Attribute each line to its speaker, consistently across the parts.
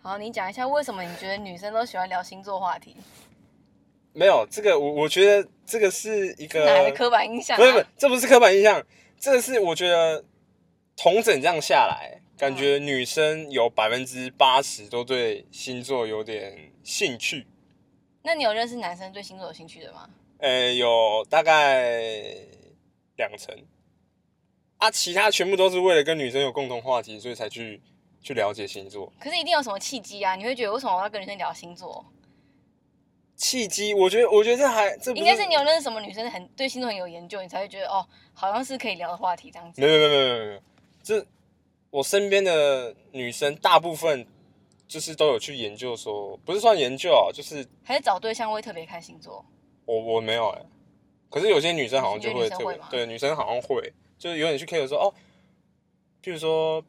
Speaker 1: 好，你讲一下为什么你觉得女生都喜欢聊星座话题？
Speaker 2: 没有这个，我我觉得这个是一
Speaker 1: 哪来
Speaker 2: 个
Speaker 1: 的刻板印象、啊？
Speaker 2: 呃不是不是，这不是刻板印象，啊这是我觉得同整这样下来，感觉女生有百分之八十都对星座有点兴趣。
Speaker 1: 那你有认识男生对星座有兴趣的吗？
Speaker 2: 呃，有大概两成啊，其他全部都是为了跟女生有共同话题，所以才去去了解星座
Speaker 1: 可是一定有什么契机啊？你会觉得为什么我要跟女生聊星座？
Speaker 2: 契机。我觉得，我觉得这还这不
Speaker 1: 应该是你有认识什么女生很对星座很有研究，你才会觉得哦，好像是可以聊的话题这样子。
Speaker 2: 没有没有没有没有没有没有，这我身边的女生大部分就是都有去研究说，不是算研究啊，就是
Speaker 1: 还是找对象会特别看星座？
Speaker 2: 我我没有哎、可是有些女生好像就会特
Speaker 1: 你觉得女生会
Speaker 2: 别
Speaker 1: 吗
Speaker 2: 对女生好像会，就是有点去 care 说哦，譬如说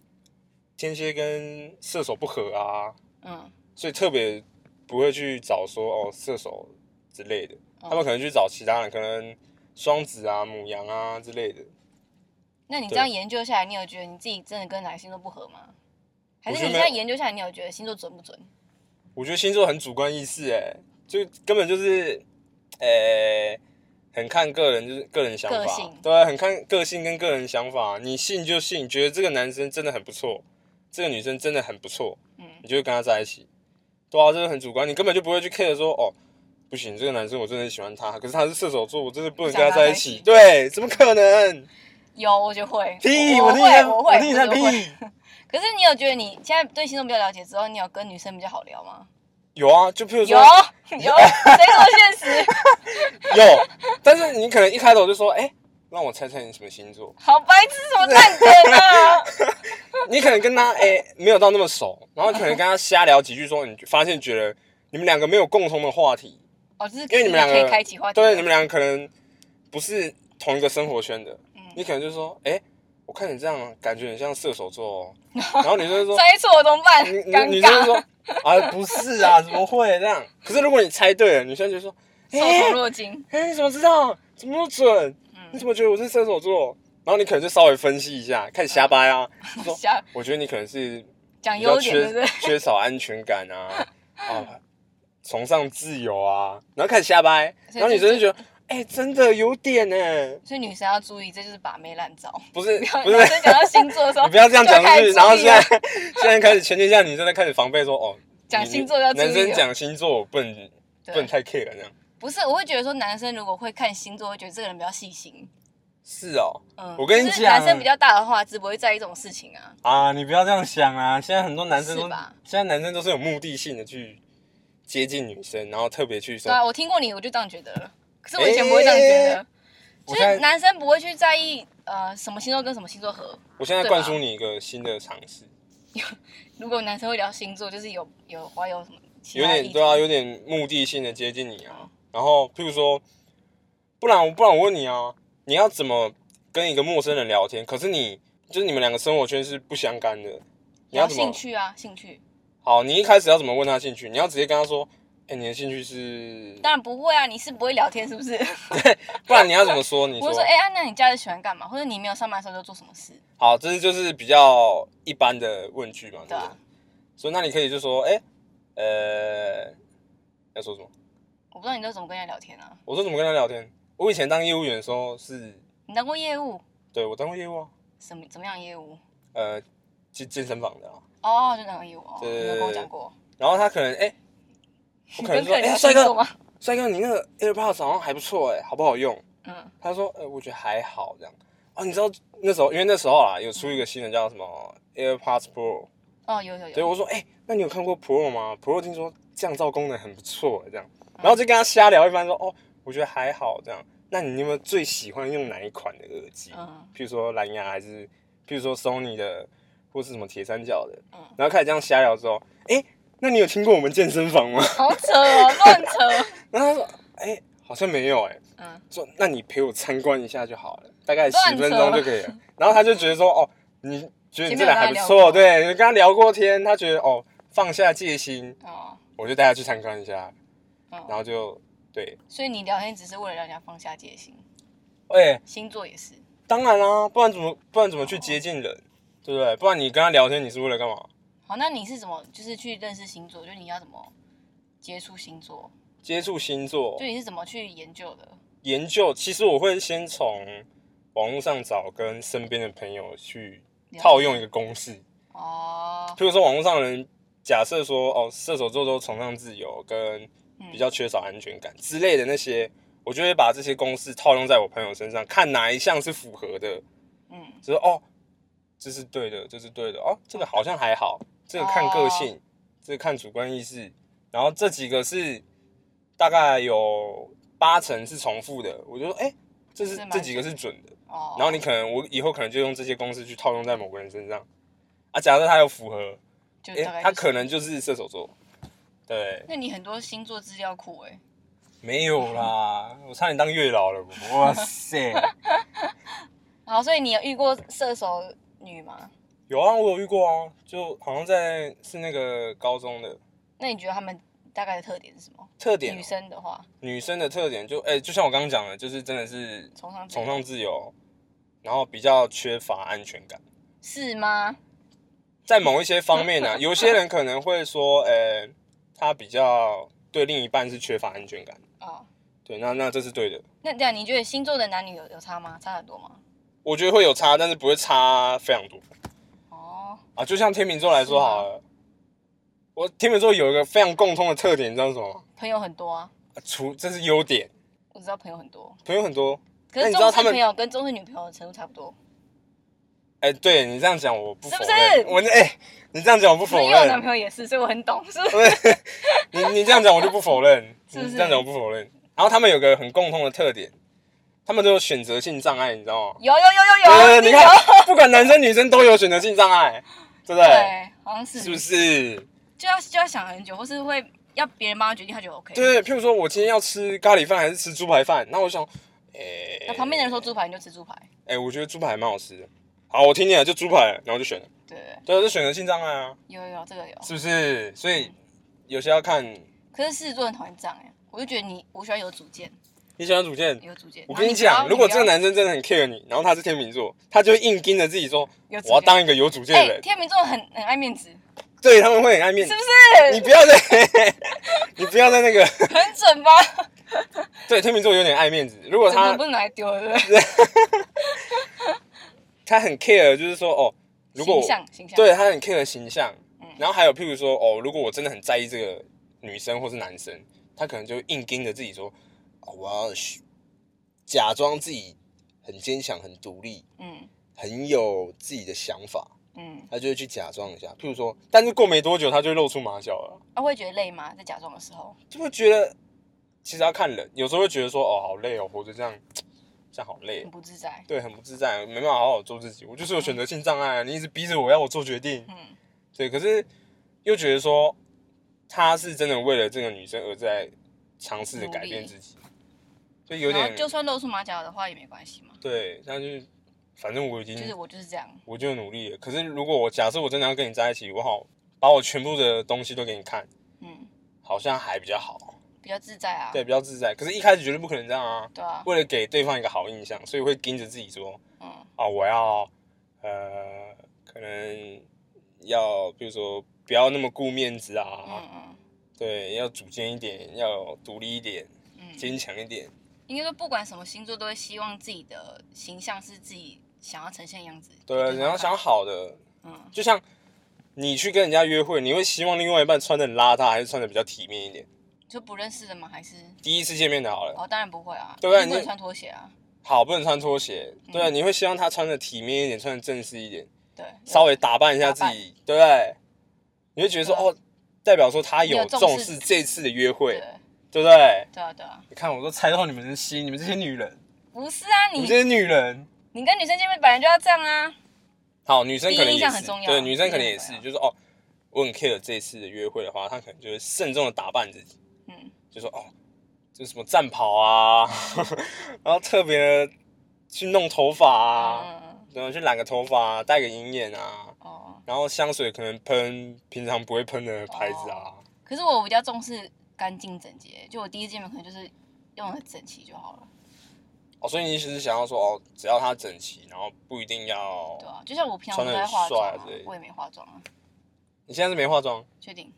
Speaker 2: 天蝎跟射手不合啊，
Speaker 1: 嗯，
Speaker 2: 所以特别不会去找说哦射手之类的，
Speaker 1: 嗯
Speaker 2: 他们可能去找其他人，可能双子啊、母羊啊之类的。
Speaker 1: 那你这
Speaker 2: 对
Speaker 1: 样研究下来，你有觉得你自己真的跟哪个星座不合吗？还是
Speaker 2: 我觉
Speaker 1: 你这
Speaker 2: 得没有
Speaker 1: 样研究下来，你有觉得星座准不准？
Speaker 2: 我觉得星座很主观意识，哎，就根本就是，呃、很看个人，就是个人想
Speaker 1: 个
Speaker 2: 法
Speaker 1: 性，
Speaker 2: 对啊，很看个性跟个人想法。你信就信，觉得这个男生真的很不错，这个女生真的很不错，
Speaker 1: 嗯，
Speaker 2: 你就会跟他在一起。对啊，这个很主观，你根本就不会去 care 说，哦，不行，这个男生我真的很喜欢他，可是他是射手座，我真的不能跟他在一起。
Speaker 1: 不
Speaker 2: 对，怎么可能？
Speaker 1: 有，我就会。
Speaker 2: 屁！
Speaker 1: 我
Speaker 2: 我
Speaker 1: 我
Speaker 2: 听你
Speaker 1: 会，
Speaker 2: 在，
Speaker 1: 我
Speaker 2: 我
Speaker 1: 会，
Speaker 2: 听你在
Speaker 1: 我会。
Speaker 2: 屁。
Speaker 1: 可是你有觉得你现在对星座比较了解之后，你有跟女生比较好聊吗？
Speaker 2: 有啊，就譬如
Speaker 1: 有
Speaker 2: 说，
Speaker 1: 有，谁说现实？
Speaker 2: 有，但是你可能一开头就说，哎、让我猜猜你什么星座？
Speaker 1: 好白痴，什么蛋梗 啊！
Speaker 2: 你可能跟他哎、没有到那么熟，然后可能跟他瞎聊几句说，你发现觉得你们两个没有共同的话题，
Speaker 1: 哦，就是
Speaker 2: 因为你们两
Speaker 1: 可以
Speaker 2: 个
Speaker 1: 开启话题，
Speaker 2: 对，你们两个可能不是同一个生活圈的，你
Speaker 1: 嗯，
Speaker 2: 可能就说哎、我看你这样啊感觉很像射手座、 哦，然后女生就说，
Speaker 1: 猜错怎么办？
Speaker 2: 女女
Speaker 1: 尴
Speaker 2: 女生
Speaker 1: 尬，
Speaker 2: 就说啊不是啊， 怎么会这样？可是如果你猜对了，女 生就说哎
Speaker 1: 受宠
Speaker 2: 哎、
Speaker 1: 若惊。
Speaker 2: 你怎么知道？怎么那么准？你
Speaker 1: 嗯，
Speaker 2: 怎么觉得我是射手座？然后你可能就稍微分析一下，开始瞎掰啊，就 说
Speaker 1: 想
Speaker 2: 我觉得你可能是
Speaker 1: 讲
Speaker 2: 比较
Speaker 1: 优点，
Speaker 2: 缺
Speaker 1: 对不对？
Speaker 2: 缺少安全感啊，啊，崇尚自由啊，然后开始瞎掰，
Speaker 1: 所以
Speaker 2: 然后女
Speaker 1: 这
Speaker 2: 生就觉得，哎、真的有点呢、
Speaker 1: 所以女生要注意，这就是把妹烂招。
Speaker 2: 不是
Speaker 1: 不要
Speaker 2: 不是
Speaker 1: 男，生讲到星座的时候，
Speaker 2: 你不要这样讲
Speaker 1: 就开
Speaker 2: 出
Speaker 1: 始注
Speaker 2: 去，
Speaker 1: 意
Speaker 2: 然后现在
Speaker 1: 了
Speaker 2: 现在开始全天下女生在开始防备说，哦，
Speaker 1: 讲
Speaker 2: 你
Speaker 1: 星座要注意
Speaker 2: 男生
Speaker 1: 了
Speaker 2: 讲星座不能不
Speaker 1: 对，
Speaker 2: 能太 care 这样，
Speaker 1: 不是，我会觉得说男生如果会看星座，会觉得这个人比较细心。
Speaker 2: 是哦，
Speaker 1: 嗯，
Speaker 2: 我跟你
Speaker 1: 就是
Speaker 2: 讲
Speaker 1: 男生比较大的话，只不会在意这种事情啊。
Speaker 2: 啊，你不要这样想啊，现在很多男生都
Speaker 1: 是吧
Speaker 2: 现在男生都是有目的性的去接近女生，然后特别去说
Speaker 1: 对，啊，我听过你，我就这样觉得了。可是我以前不会这样觉得，
Speaker 2: 我
Speaker 1: 就
Speaker 2: 现
Speaker 1: 是
Speaker 2: 在
Speaker 1: 男生不会去在意呃什么星座跟什么星座合。
Speaker 2: 我现在
Speaker 1: 对啊
Speaker 2: 灌
Speaker 1: 吧
Speaker 2: 输你一个新的尝试。
Speaker 1: 如果男生会聊星座，就是有有怀有什么其
Speaker 2: 有
Speaker 1: 他
Speaker 2: 点
Speaker 1: 意图
Speaker 2: 对啊，有点目的性的接近你啊
Speaker 1: 嗯。
Speaker 2: 然后，譬如说，不然不然我问你啊，你要怎么跟一个陌生人聊天？可是你就是你们两个生活圈是不相干的，你要
Speaker 1: 聊
Speaker 2: 怎么
Speaker 1: 兴？趣啊，兴趣。
Speaker 2: 好，你一开始要怎么问他兴趣？你要直接跟他说，哎、你的兴趣是？
Speaker 1: 当然不会啊，你是不会聊天是不是？
Speaker 2: 不然你要怎么说？你
Speaker 1: 我
Speaker 2: 说
Speaker 1: 会说，哎、啊，那你假日喜欢干嘛？或者你没有上班的时候就做什么事？
Speaker 2: 好，这是就是比较一般的问句嘛，对
Speaker 1: 对
Speaker 2: 不
Speaker 1: 啊
Speaker 2: 对？所以那你可以就说，哎、呃，要说什么？
Speaker 1: 我不知道你都怎么跟人家聊天啊？
Speaker 2: 我说怎么跟他聊天？我以前当业务员的时候是，
Speaker 1: 你当过业务？
Speaker 2: 对我当过业务啊。
Speaker 1: 什么怎么样的业务？
Speaker 2: 呃健健身房的、啊，
Speaker 1: 哦，就那种业务哦，
Speaker 2: 对对
Speaker 1: 你有跟我讲过。
Speaker 2: 然后他可能哎、我
Speaker 1: 你
Speaker 2: 可能
Speaker 1: 跟
Speaker 2: 说
Speaker 1: 客人
Speaker 2: 哎
Speaker 1: 聊
Speaker 2: 帅、
Speaker 1: 星座
Speaker 2: 哥
Speaker 1: 吗？
Speaker 2: 帅哥你那个 AirPods 好像还不错哎、好不好用？
Speaker 1: 嗯，
Speaker 2: 他说呃我觉得还好这样。哦，你知道那时候因为那时候啊有出一个新的叫什么 AirPods Pro，
Speaker 1: 哦，有有
Speaker 2: 所以
Speaker 1: 有。
Speaker 2: 我说哎、那你有看过 Pro 吗？Pro 听说降噪功能很不错、哎这样，然后就跟他瞎聊一番说哦我觉得还好这样。那你有没有最喜欢用哪一款的耳机？
Speaker 1: 嗯
Speaker 2: 譬如说蓝牙还是譬如说 Sony 的，或是什么铁三角的，
Speaker 1: 嗯
Speaker 2: 然后开始这样瞎聊之后，哎、那你有听过我们健身房吗？
Speaker 1: 好扯哦，乱扯。
Speaker 2: 然后他说，哎、好像没有、哎，
Speaker 1: 嗯，
Speaker 2: 说那你陪我参观一下就好了，大概
Speaker 1: 乱
Speaker 2: 十
Speaker 1: 扯
Speaker 2: 分钟就可以了。然后他就觉得说，哦，你觉得你这俩还
Speaker 1: 前面有跟
Speaker 2: 不
Speaker 1: 他聊
Speaker 2: 错，
Speaker 1: 过
Speaker 2: 对，跟他聊过天，他觉得哦放下戒心，
Speaker 1: 哦
Speaker 2: 我就带他去参观一下，然
Speaker 1: 哦，
Speaker 2: 后就对，
Speaker 1: 所以你聊天只是为了让人家放下戒心，
Speaker 2: 哎、
Speaker 1: 星座也是。
Speaker 2: 当然啦、不然怎么不然怎么去接近人，对不对？不然你跟他聊天，你是为了干嘛？
Speaker 1: 好，那你是怎么就是去认识星座？就你要怎么接触星座？
Speaker 2: 接触星座
Speaker 1: 就你是怎么去研究的？
Speaker 2: 研究，其实我会先从网络上找跟身边的朋友去套用一个公式，
Speaker 1: 哦，
Speaker 2: 譬如说网络上的人假设说哦，射手座都崇尚自由跟
Speaker 1: 嗯
Speaker 2: 比较缺少安全感之类的那些，我就会把这些公式套用在我朋友身上，看哪一项是符合的，
Speaker 1: 嗯，
Speaker 2: 就是哦，这是对的，这是对的，哦，这个好像还好，这个看个性，这个看主观意识，然后这几个是大概有八成是重复的，我就说，哎、这是
Speaker 1: 是蛮
Speaker 2: 这几个是准的，
Speaker 1: 哦，
Speaker 2: 然后你可能我以后可能就用这些公式去套用在某个人身上，啊，假设他有符合，
Speaker 1: 就
Speaker 2: 哎、
Speaker 1: 嗯大概、
Speaker 2: 他可，能就是射手座，对，
Speaker 1: 那你很多星座资料库哎、
Speaker 2: 没有啦，我差点当月老了，哇塞，
Speaker 1: 好，所以你有遇过射手女吗？
Speaker 2: 有啊，我有遇过啊，就好像在是那个高中的。
Speaker 1: 那你觉得他们大概的特点是什么？
Speaker 2: 特点哦、
Speaker 1: 女生的话，
Speaker 2: 女生的特点就哎、就像我刚刚讲的，就是真的是
Speaker 1: 崇尚自由
Speaker 2: 崇尚自由，然后比较缺乏安全感，
Speaker 1: 是吗？
Speaker 2: 在某一些方面呢、有些人可能会说，哎、他比较对另一半是缺乏安全感，
Speaker 1: 哦，
Speaker 2: 对，那那这是对的，
Speaker 1: 那这样你觉得星座的男女有有差吗？差很多吗？
Speaker 2: 我觉得会有差，但是不会差非常多
Speaker 1: 哦，
Speaker 2: 啊。就像天秤座来说好了，我天秤座有一个非常共通的特点，你知道是什么吗？
Speaker 1: 朋友很多啊，
Speaker 2: 啊除这是优点，
Speaker 1: 我知道朋友很多，
Speaker 2: 朋友很多，
Speaker 1: 可
Speaker 2: 那
Speaker 1: 是
Speaker 2: 你知道
Speaker 1: 重
Speaker 2: 他
Speaker 1: 视
Speaker 2: 们
Speaker 1: 朋友跟重视女朋友的程度差不多。
Speaker 2: 哎、对你这样讲我不
Speaker 1: 是
Speaker 2: 否
Speaker 1: 不
Speaker 2: 认，
Speaker 1: 是
Speaker 2: 我哎、你这样讲我不否
Speaker 1: 因
Speaker 2: 认，
Speaker 1: 为我男朋友也是，所以我很懂，是不是？
Speaker 2: 你你这样讲我就不否认，
Speaker 1: 是不是
Speaker 2: 你这样讲我不否认。然后他们有个很共通的特点，他们都有选择性障碍，你知道吗？
Speaker 1: 有有有啊有有，
Speaker 2: 对，你看， 不管男生女生都有选择性障碍，对不对？
Speaker 1: 对，好像是，
Speaker 2: 是不是？
Speaker 1: 就要就要想很久，或是会要别人帮他决定，他觉得 OK。，
Speaker 2: 对，譬如说我今天要吃咖喱饭还是吃猪排饭，那我想，诶、
Speaker 1: 那旁边的人说猪排，你就吃猪排。
Speaker 2: 诶、我觉得猪排还蛮好吃的。好，我听你的，就猪排，然后我就选了。
Speaker 1: 对，
Speaker 2: 对，就选择性障碍啊，
Speaker 1: 有有有，这个有。
Speaker 2: 是不是？所以有些要看
Speaker 1: 可是狮子座很讨厌这样哎，我就觉得你我喜欢有主见，
Speaker 2: 你喜欢主见。
Speaker 1: 有主见。
Speaker 2: 我跟你
Speaker 1: 然后
Speaker 2: 讲，
Speaker 1: 不要
Speaker 2: 如果这个
Speaker 1: 啊你
Speaker 2: 男生真的很 care 你，然后他是天秤座，他就会硬盯着自己说，
Speaker 1: 不有主
Speaker 2: 我要
Speaker 1: 见，
Speaker 2: 当一个有主见
Speaker 1: 哎、
Speaker 2: 的人，
Speaker 1: 天秤座很很爱面子，是
Speaker 2: 对他们会很爱面
Speaker 1: 不
Speaker 2: 子。你
Speaker 1: 是？
Speaker 2: 不要再， 你不要再那个，
Speaker 1: 很准吧？
Speaker 2: 对天秤座有点爱面子。如果
Speaker 1: 怎么
Speaker 2: 他
Speaker 1: 不是拿来丢的？对不对
Speaker 2: 他很 care，就是说哦，如果
Speaker 1: 形象形象，
Speaker 2: 对他很 care 形象
Speaker 1: 嗯，
Speaker 2: 然后还有譬如说哦，如果我真的很在意这个女生或是男生，他可能就硬盯着自己说，哦，我要嘘假装自己很坚强、很独立、
Speaker 1: 嗯
Speaker 2: 很有自己的想法，
Speaker 1: 嗯，
Speaker 2: 他就会去假装一下。譬如说，但是过没多久，他就会露出马脚了。
Speaker 1: 啊，会觉得累吗？在假装的时候，
Speaker 2: 就会觉得其实要看人，有时候会觉得说哦好累哦，活着这样这样好累
Speaker 1: 很，不自在。
Speaker 2: 对，很不自在，没办法好好做自己。我就是有选择性障碍啊，你一直逼着我要我做决定，
Speaker 1: 嗯，
Speaker 2: 对，可是又觉得说他是真的为了这个女生而在尝试着改变自己，所以有
Speaker 1: 然
Speaker 2: 点
Speaker 1: 后就算露出马脚的话也没关系嘛，
Speaker 2: 对，但是反正我已经、
Speaker 1: 就是我就是这样。
Speaker 2: 我就努力了。可是如果我假设我真的要跟你在一起，我好把我全部的东西都给你看，
Speaker 1: 嗯，
Speaker 2: 好像还比较好，
Speaker 1: 比较自在啊。
Speaker 2: 对，比较自在。可是一开始绝对不可能这样啊。
Speaker 1: 对啊，
Speaker 2: 为了给对方一个好印象，所以会盯着自己说
Speaker 1: 嗯
Speaker 2: 啊，我要呃，可能要比如说不要那么顾面子啊，
Speaker 1: 嗯嗯
Speaker 2: 对，要主见一点，要独立一点，
Speaker 1: 嗯，
Speaker 2: 坚强一点，
Speaker 1: 应该说不管什么星座都会希望自己的形象是自己想要呈现的样子。
Speaker 2: 对，啊然后想好的，
Speaker 1: 嗯，
Speaker 2: 就像你去跟人家约会，你会希望另外一半穿的邋遢，还是穿的比较体面一点？
Speaker 1: 就不认识的吗？还是
Speaker 2: 第一次见面的好了，
Speaker 1: 哦，当然不会啊，
Speaker 2: 对啊
Speaker 1: 你
Speaker 2: 你
Speaker 1: 不能
Speaker 2: 就
Speaker 1: 穿拖鞋啊，
Speaker 2: 好不能穿拖鞋，对啊，
Speaker 1: 嗯
Speaker 2: 你会希望他穿的体面一点，穿的正式一点，
Speaker 1: 对，
Speaker 2: 稍微打扮一下自
Speaker 1: 打扮
Speaker 2: 己，对不对？你会觉得说，
Speaker 1: 对
Speaker 2: 哦，代表说他
Speaker 1: 你
Speaker 2: 有
Speaker 1: 有重
Speaker 2: 重
Speaker 1: 视
Speaker 2: 视这次的约
Speaker 1: 对
Speaker 2: 会，对不对？
Speaker 1: 对啊对啊，
Speaker 2: 你看，我都猜到你们的心，你们这些女人，
Speaker 1: 不是啊，
Speaker 2: 你
Speaker 1: 你
Speaker 2: 们这些女人，
Speaker 1: 你跟女生见面本来就要这样啊，
Speaker 2: 好，女生可能
Speaker 1: 第一印
Speaker 2: 也
Speaker 1: 象
Speaker 2: 是
Speaker 1: 很重，要啊
Speaker 2: 对，女生可能
Speaker 1: 第一
Speaker 2: 也
Speaker 1: 印
Speaker 2: 是
Speaker 1: 象，很
Speaker 2: 就是哦，我很 care 这次的约会的话，她可能就会慎重的打扮自己，
Speaker 1: 嗯，
Speaker 2: 就说哦，这什么战袍啊， 然后特别的去弄头发啊，
Speaker 1: 嗯嗯嗯
Speaker 2: 然后去染个头发、啊，戴个银眼啊，
Speaker 1: 哦，
Speaker 2: 然后香水可能喷平常不会喷的牌子啊。
Speaker 1: 可是我比较重视干净整洁，就我第一次见面可能就是用的整齐就好了，
Speaker 2: 哦，所以你只是想要说哦，只要它整齐，然后不一定要
Speaker 1: 对啊，就像我平常
Speaker 2: 哦穿
Speaker 1: 不
Speaker 2: 得很
Speaker 1: 太化妆、
Speaker 2: 帅啊
Speaker 1: 啊
Speaker 2: 之类，的
Speaker 1: 我也没化妆啊，
Speaker 2: 你现在是没化妆，
Speaker 1: 确定，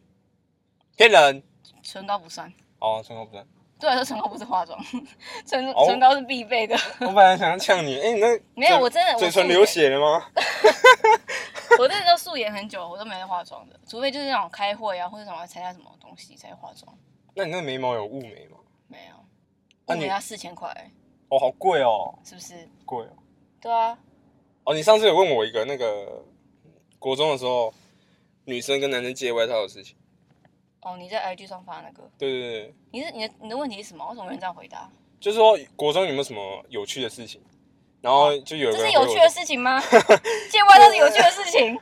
Speaker 2: 骗人
Speaker 1: 唇膏不算。
Speaker 2: 哦，唇膏不算。
Speaker 1: 对我来说，唇膏不是化妆， 唇
Speaker 2: 哦
Speaker 1: 唇膏是必备 的。
Speaker 2: 我本来想要呛你，哎、你那
Speaker 1: 没有，
Speaker 2: 嘴
Speaker 1: 我真的我
Speaker 2: 嘴
Speaker 1: 素
Speaker 2: 唇
Speaker 1: 颜
Speaker 2: 流，血了吗？
Speaker 1: 我真的都素颜很久，我都没化妆的，除非就是那种开会啊，或者什么参加什么东西才化妆。
Speaker 2: 那你那眉毛有雾眉吗？
Speaker 1: 没有，我
Speaker 2: 那啊你
Speaker 1: 们要四千块，
Speaker 2: 哦，好贵哦，
Speaker 1: 是不是？
Speaker 2: 贵哦。
Speaker 1: 对啊，
Speaker 2: 哦，你上次有问我一个那个国中的时候，女生跟男生借外套的事情。
Speaker 1: 哦，你在 IG 上发那个，
Speaker 2: 对对对，对
Speaker 1: 你是你的你的问题是什么？为什么有人这样回答？
Speaker 2: 就是说国中有没有什么有趣的事情？然后就有
Speaker 1: 哦这
Speaker 2: 个人
Speaker 1: 是
Speaker 2: 回我
Speaker 1: 有趣的事情吗？借外套是有趣的事 情，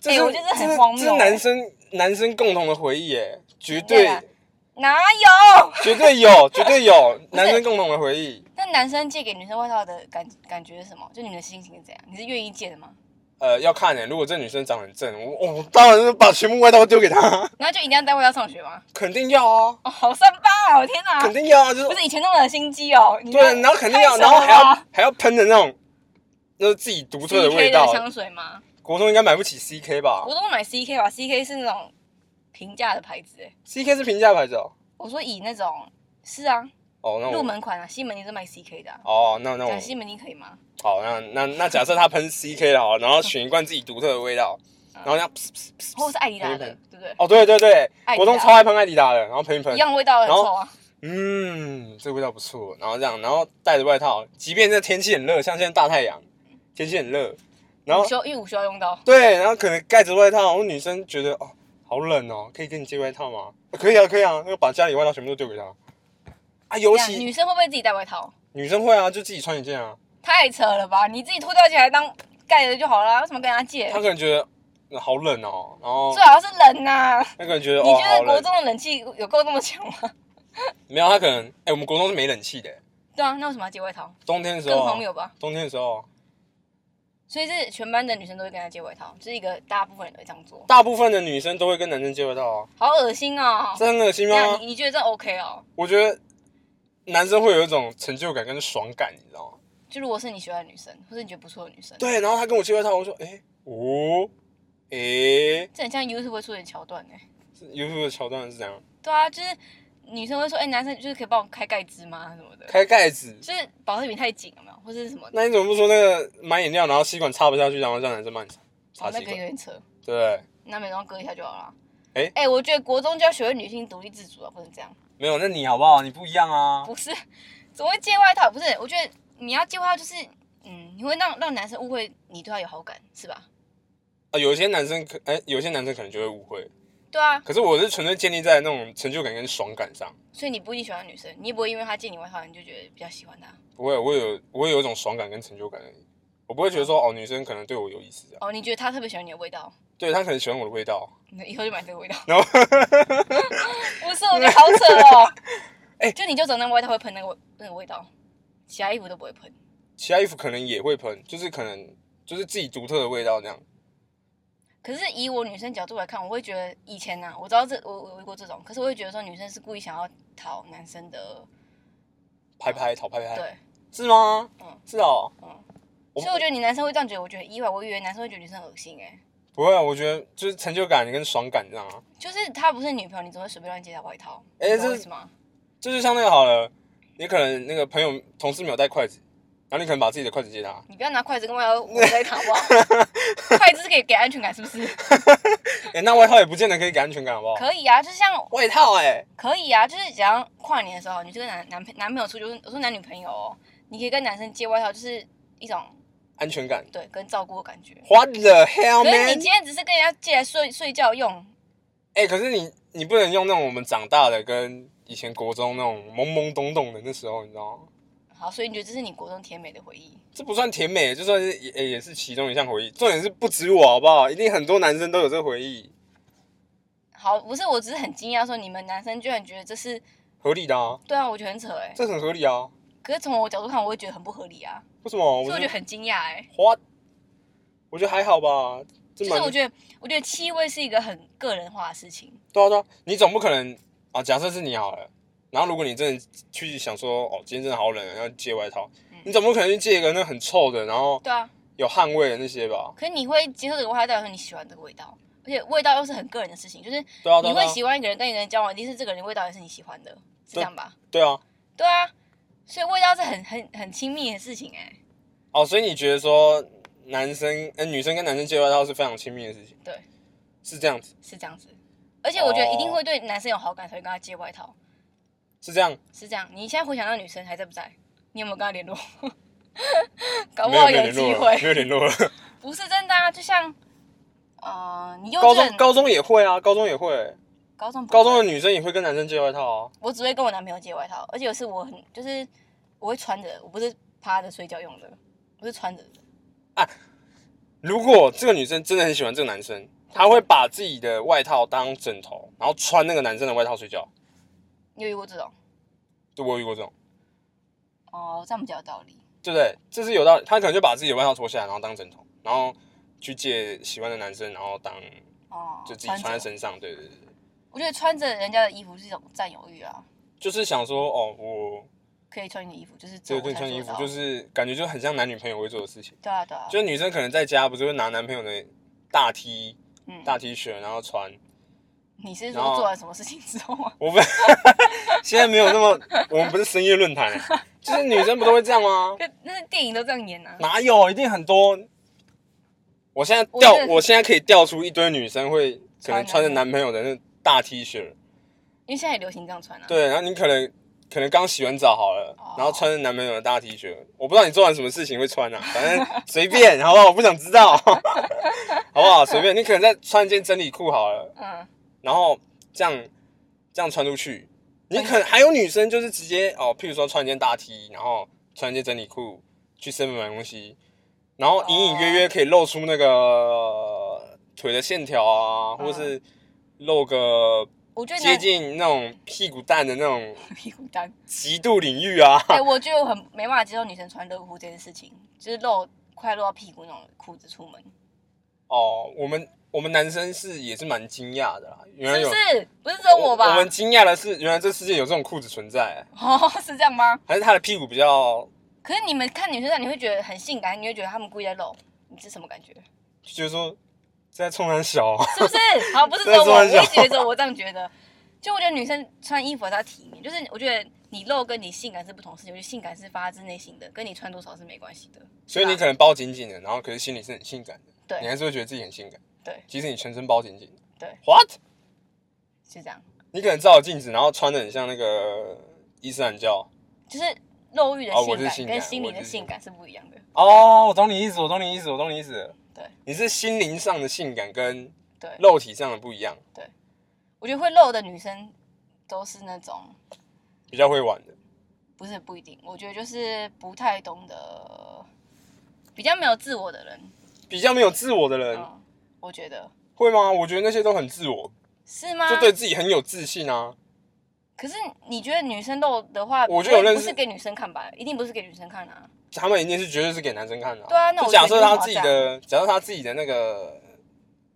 Speaker 2: 这
Speaker 1: 哎
Speaker 2: 是、
Speaker 1: 我觉得
Speaker 2: 这
Speaker 1: 很
Speaker 2: 是
Speaker 1: 荒
Speaker 2: 这是
Speaker 1: 谬哎
Speaker 2: 男生男生共同的回忆，哎，绝
Speaker 1: 对
Speaker 2: 对
Speaker 1: 啊哪有？
Speaker 2: 绝对有，绝对 有
Speaker 1: 不是
Speaker 2: 男生共同的回忆。
Speaker 1: 那男生借给女生外套的感感觉是什么？就你们的心情是怎样？你是愿意借的吗？
Speaker 2: 呃，要看呢、如果这女生长得很正，我我、哦、当然是把全部外套丢给她，
Speaker 1: 然后就一定要带外套上学吗？
Speaker 2: 肯定要啊，
Speaker 1: 哦，好三八哦！天哪
Speaker 2: 肯，定要啊，就是
Speaker 1: 不是以前那么有心机哦。你
Speaker 2: 对，然后肯定要，啊
Speaker 1: 太
Speaker 2: 然后还
Speaker 1: 爽
Speaker 2: 要
Speaker 1: 了
Speaker 2: 还要喷的那种，那是自己独特的
Speaker 1: CK
Speaker 2: 味
Speaker 1: 的
Speaker 2: 道。
Speaker 1: 香水吗？
Speaker 2: 国中应该买不起 CK 吧
Speaker 1: 我都买 CK 吧，CK 是那种平价的牌子哎。
Speaker 2: ？CK 是平价牌子哦。
Speaker 1: 我说以那种是啊，
Speaker 2: 哦，那
Speaker 1: 入
Speaker 2: 我
Speaker 1: 门款啊，西门町是卖 CK 的、啊，
Speaker 2: 哦，那那我
Speaker 1: 讲西门町可以吗？
Speaker 2: 好，那那那假设他喷 CK 了 好了，然后选一罐自己独特的味道，然后这样噗噗噗噗
Speaker 1: 或者是艾迪达的
Speaker 2: 可以可以，
Speaker 1: 对不对？
Speaker 2: 哦，对对对
Speaker 1: 艾，迪达
Speaker 2: 国中超爱喷艾迪达的，然后喷一喷
Speaker 1: 一，样的味道很
Speaker 2: 然后
Speaker 1: 臭啊。
Speaker 2: 嗯，这个味道不错，然后这样，然后戴着外套，即便这天气很热，像现在大太阳，天气很热，然后
Speaker 1: 午休，因为午休要用到。
Speaker 2: 对，然后可能盖着外套，然后女生觉得哦，好冷哦，可以跟你借外套吗？呃可以啊，可以啊，那个把家里外套全部都丢给她。啊，尤
Speaker 1: 这样
Speaker 2: 其
Speaker 1: 女生会不会自己带外套？
Speaker 2: 女生会啊，就自己穿一件啊。
Speaker 1: 太扯了吧！你自己脱掉起来当盖着就好啦，为什么跟人家借
Speaker 2: 她？可能觉得、呃好冷哦，然后
Speaker 1: 最好是冷呐、
Speaker 2: 那个人觉得
Speaker 1: 你
Speaker 2: 哦
Speaker 1: 觉得
Speaker 2: 好
Speaker 1: 国
Speaker 2: 冷，
Speaker 1: 中的冷气有够那么强 吗？
Speaker 2: 没有，她可能哎、我们国中是没冷气的，
Speaker 1: 对啊，那为什么要借外套？
Speaker 2: 冬天的时
Speaker 1: 更
Speaker 2: 候
Speaker 1: 荒
Speaker 2: 啊，
Speaker 1: 谬吧！
Speaker 2: 冬天的时候啊，
Speaker 1: 所以是全班的女生都会跟他借外套，就是一个大部分人都会这样做，
Speaker 2: 大部分的女生都会跟男生借外套啊，
Speaker 1: 好恶心哦！
Speaker 2: 这很恶心
Speaker 1: 这样
Speaker 2: 吗
Speaker 1: 你？你觉得这 OK 哦？
Speaker 2: 我觉得男生会有一种成就感跟爽感，你知道吗？
Speaker 1: 就如果是你喜欢的女生，或是你觉得不错的女生，
Speaker 2: 对，然后他跟我借外套，我说哎、哦，哎、
Speaker 1: 这很像 YouTube 会出现桥段哎、
Speaker 2: YouTube 的桥段是怎样？
Speaker 1: 对啊，就是女生会说，哎、男生就是可以帮我开盖子吗？什么的，
Speaker 2: 开盖子。
Speaker 1: 就是保特瓶太紧了没有，或是什么的，
Speaker 2: 那你怎么不说那个买饮料，然后吸管插不下去，然后叫男生帮你插
Speaker 1: 哦那
Speaker 2: 插吸
Speaker 1: 可以有
Speaker 2: 管？
Speaker 1: 点扯。
Speaker 2: 对，
Speaker 1: 那美妆割一下就好了。
Speaker 2: 诶
Speaker 1: 哎、我觉得国中就要学会女性独立自主啊，不能这样。
Speaker 2: 没有，那你好不好？你不一样啊。
Speaker 1: 不是，怎么会借外套？不是，我觉得你要借外套就是，嗯，你会让让男生误会你对他有好感，是吧？
Speaker 2: 啊，有一些男生可哎、有一些男生可能就会误会，
Speaker 1: 对啊，
Speaker 2: 可是我是纯粹建立在那种成就感跟爽感上。
Speaker 1: 所以你不一定喜欢女生，你也不会因为她借你外套你就觉得比较喜欢她。
Speaker 2: 不会，我有我有一种爽感跟成就感而已。我不会觉得说哦，女生可能对我有意思啊，
Speaker 1: 哦，你觉得她特别喜欢你的味道，
Speaker 2: 对她可能喜欢我的味道。
Speaker 1: 你以后就买这个味道。
Speaker 2: 然后
Speaker 1: 不是，我觉得好扯 哦。哎、就你就走那个外套会喷那个味那个味道，其他衣服都不会喷，
Speaker 2: 其他衣服可能也会喷，就是可能就是自己独特的味道那样。
Speaker 1: 可是以我女生角度来看，我会觉得以前呐、我知道这我我遇过这种，可是我会觉得说女生是故意想要讨男生的，
Speaker 2: 拍拍讨拍
Speaker 1: 嗯
Speaker 2: 拍，
Speaker 1: 对，
Speaker 2: 是吗？
Speaker 1: 嗯
Speaker 2: 是哦。
Speaker 1: 嗯，
Speaker 2: 哎我
Speaker 1: 所以我觉得你男生会这样觉得，我觉得很意外，我以为男生会觉得女生很恶心哎、
Speaker 2: 不会啊，我觉得就是成就感跟爽感这样啊。
Speaker 1: 就是她不是你女朋友，你怎么会随便乱借她外套？
Speaker 2: 哎
Speaker 1: 你懂
Speaker 2: 这
Speaker 1: 我意思吗？
Speaker 2: 就是像那个好了，你可能那个朋友同事没有带筷子，然后你可能把自己的筷子借他，
Speaker 1: 你不要拿筷子跟外套我在好不 好？筷子是可以给安全感，是不是？
Speaker 2: 哎、那外套也不见得可以给安全感，好不好？
Speaker 1: 可以啊，就像
Speaker 2: 外套哎、
Speaker 1: 可以啊，就是假如跨年的时候，你就跟男男朋男朋友出去，我说我说男女朋友、哦，你可以跟男生借外套，就是一种
Speaker 2: 安全感。
Speaker 1: 对跟照顾的感觉。
Speaker 2: What the hell
Speaker 1: 可是你
Speaker 2: man？
Speaker 1: 今天只是跟人家借来睡睡觉用，
Speaker 2: 哎、可是你你不能用那种我们长大的跟以前国中那种懵懵懂懂的那时候，你知道吗？
Speaker 1: 好，所以你觉得这是你国中甜美的回忆？
Speaker 2: 这不算甜美，就算是也、欸也是其中一项回忆。重点是不止我好不好？一定很多男生都有这个回忆，
Speaker 1: 好，不是，我只是很惊讶，说你们男生居然觉得这是
Speaker 2: 合理的啊，
Speaker 1: 对啊，我觉得很扯哎、
Speaker 2: 这很合理啊。
Speaker 1: 可是从我角度看，我会觉得很不合理啊，
Speaker 2: 为什
Speaker 1: 所以
Speaker 2: 么？
Speaker 1: 我
Speaker 2: 哦我
Speaker 1: 觉得
Speaker 2: 觉得
Speaker 1: 很惊讶哎。
Speaker 2: 花，我觉得还好吧。
Speaker 1: 就
Speaker 2: 这
Speaker 1: 是
Speaker 2: 蛮
Speaker 1: 我觉得，我觉得气味是一个很个人化的事情。
Speaker 2: 对啊对啊，你总不可能啊，假设是你好了，然后如果你真的去想说，哦，今天真的好冷，要借外套，
Speaker 1: 嗯
Speaker 2: 你总不可能去借一个那很臭的，然后
Speaker 1: 对啊，
Speaker 2: 有汗味的那些吧？
Speaker 1: 可是你会接受这个外套，代表说你喜欢这个味道。而且味道又是很个人的事情，就是
Speaker 2: 对啊，
Speaker 1: 你
Speaker 2: 对啊对
Speaker 1: 会
Speaker 2: 啊，
Speaker 1: 喜欢一个人，跟一个人交往，一定是这个人味道也是你喜欢的，是这样吧？
Speaker 2: 对啊，
Speaker 1: 对啊，所以味道是很很很亲密的事情哎、
Speaker 2: 哦，所以你觉得说男生，呃，女生跟男生借外套是非常亲密的事情？
Speaker 1: 对，
Speaker 2: 是这样子，
Speaker 1: 是这样子。而且我觉得一定
Speaker 2: 哦
Speaker 1: 会对男生有好感才会跟他借外套，
Speaker 2: 是这样，
Speaker 1: 是这样。你现在回想到女生还在不在？你有没有跟她联络？ 搞不
Speaker 2: 没有
Speaker 1: 好
Speaker 2: 没有
Speaker 1: 有
Speaker 2: 联
Speaker 1: 机
Speaker 2: 络了，
Speaker 1: 会。
Speaker 2: 没有联络 了。
Speaker 1: 不是真的啊，就像，呃，你幼
Speaker 2: 高
Speaker 1: 稚
Speaker 2: 中
Speaker 1: 园
Speaker 2: 高中也会啊，高中也会，
Speaker 1: 高中不
Speaker 2: 高中的
Speaker 1: 会
Speaker 2: 女生也会跟男生借外套啊。
Speaker 1: 我只会跟我男朋友借外套，而且有时我很就是我会穿着，我不是趴着睡觉用的，我是穿着的。
Speaker 2: 如果这个女生真的很喜欢这个男生，她会把自己的外套当枕头，然后穿那个男生的外套睡觉。
Speaker 1: 你有遇过这种？
Speaker 2: 就我有遇过这种，
Speaker 1: 哦，这样比较有道理。
Speaker 2: 对不对？这是有道理。她可能就把自己的外套脱下来，然后当枕头，然后去借喜欢的男生，然后当
Speaker 1: 哦，
Speaker 2: 就自己穿在
Speaker 1: 着
Speaker 2: 身上。对对对，对
Speaker 1: 我觉得穿着人家的衣服是一种占有欲啊，
Speaker 2: 就是想说哦，我
Speaker 1: 可以穿你的衣服，就是这
Speaker 2: 这个
Speaker 1: 我
Speaker 2: 跟
Speaker 1: 才
Speaker 2: 穿
Speaker 1: 做
Speaker 2: 衣服
Speaker 1: 到
Speaker 2: 就是感觉就很像男女朋友会做的事情。
Speaker 1: 对啊对啊，
Speaker 2: 就是女生可能在家不是会拿男朋友的大 T
Speaker 1: 嗯，
Speaker 2: 大 T 恤，然后穿。
Speaker 1: 你是
Speaker 2: 然后
Speaker 1: 说做完什么事情之后吗？
Speaker 2: 我们 现在没有那么，我们不是深夜论坛、欸，就是女生不都会这样吗？
Speaker 1: 可那是电影都这样演啊，
Speaker 2: 哪有，一定很多。我现在调
Speaker 1: 我觉，得
Speaker 2: 我现在可以调出一堆女生会可能穿
Speaker 1: 穿
Speaker 2: 着
Speaker 1: 着
Speaker 2: 男朋友的那大 T 恤，
Speaker 1: 因为现在也流行这样穿啊。
Speaker 2: 对，然后你可能可能刚洗完澡好了
Speaker 1: 哦，
Speaker 2: 然后穿着男朋友的大 T 恤，我不知道你做完什么事情会穿啊，反正随便，好不好？我不想知道， 好不好？随便，你可能再穿一件真理裤好了，
Speaker 1: 嗯，
Speaker 2: 然后这样这样穿出去，你可能还有女生就是直接哦，譬如说穿一件大 T，然后穿一件整理裤去 seven 买东西，然后隐隐约约可以露出那个、呃腿的线条啊，
Speaker 1: 嗯
Speaker 2: 或是露个
Speaker 1: 我觉得
Speaker 2: 接
Speaker 1: 男
Speaker 2: 近那种屁股蛋的那种
Speaker 1: 屁股蛋。
Speaker 2: 极度领域啊。
Speaker 1: 哎、我觉得我很没办法接受女生穿热裤这件事情，就是露快露到屁股那种裤子出门，
Speaker 2: 哦，我们我们男生是也是蛮惊讶的啦，原来
Speaker 1: 是
Speaker 2: 有
Speaker 1: 不是？不是只有我吧？
Speaker 2: 我们惊讶的是，原来这世界有这种裤子存在，
Speaker 1: 哦，是这样吗？
Speaker 2: 还是他的屁股比较
Speaker 1: 可是你们看女生这样，你会觉得很性感，你会觉得她们故意在露，你是什么感觉？
Speaker 2: 就觉得说在冲他 小，
Speaker 1: 是不是？好，不是只有我，我一直觉得我这样觉得。就我觉得女生穿衣服还是要体面，就是我觉得你露跟你性感是不同事情，我觉得性感是发自内心的，跟你穿多少是没关系的。
Speaker 2: 所以你可能包紧紧的，然后可是心里是很性感的，
Speaker 1: 对
Speaker 2: 你还是会觉得自己很性感。
Speaker 1: 对，
Speaker 2: 其实你全身包紧紧的。
Speaker 1: 对
Speaker 2: ，what？
Speaker 1: 是这样，
Speaker 2: 你可能照镜子，然后穿的很像那个伊斯兰教。
Speaker 1: 就是肉欲的
Speaker 2: 哦
Speaker 1: 性
Speaker 2: 我是
Speaker 1: 感
Speaker 2: 性感
Speaker 1: 跟心灵
Speaker 2: 我
Speaker 1: 的
Speaker 2: 是
Speaker 1: 性感是不一样的。
Speaker 2: 哦，我懂你意思，我懂你意思，我懂你意思。
Speaker 1: 对，
Speaker 2: 你是心灵上的性感跟
Speaker 1: 对，
Speaker 2: 肉体上的不一样，
Speaker 1: 我觉得会露的女生都是那种
Speaker 2: 比较会玩的。
Speaker 1: 不是不一定，我觉得就是不太懂得，比较没有自我的人。
Speaker 2: 比较没有自我的人、
Speaker 1: 嗯，我觉得
Speaker 2: 会吗？我觉得那些都很自我，
Speaker 1: 是吗？
Speaker 2: 就对。自己很有自信啊。
Speaker 1: 可是你觉得女生露的话，
Speaker 2: 我觉得有
Speaker 1: 不会
Speaker 2: 认识
Speaker 1: 不是给女生看吧？一定不是给女生看啊。
Speaker 2: 他们一定是绝对是给男生看的啊、
Speaker 1: 对啊那我
Speaker 2: 就假
Speaker 1: 觉
Speaker 2: 设
Speaker 1: 得
Speaker 2: 他
Speaker 1: 你
Speaker 2: 自己
Speaker 1: 好像
Speaker 2: 的，假设他自己的那个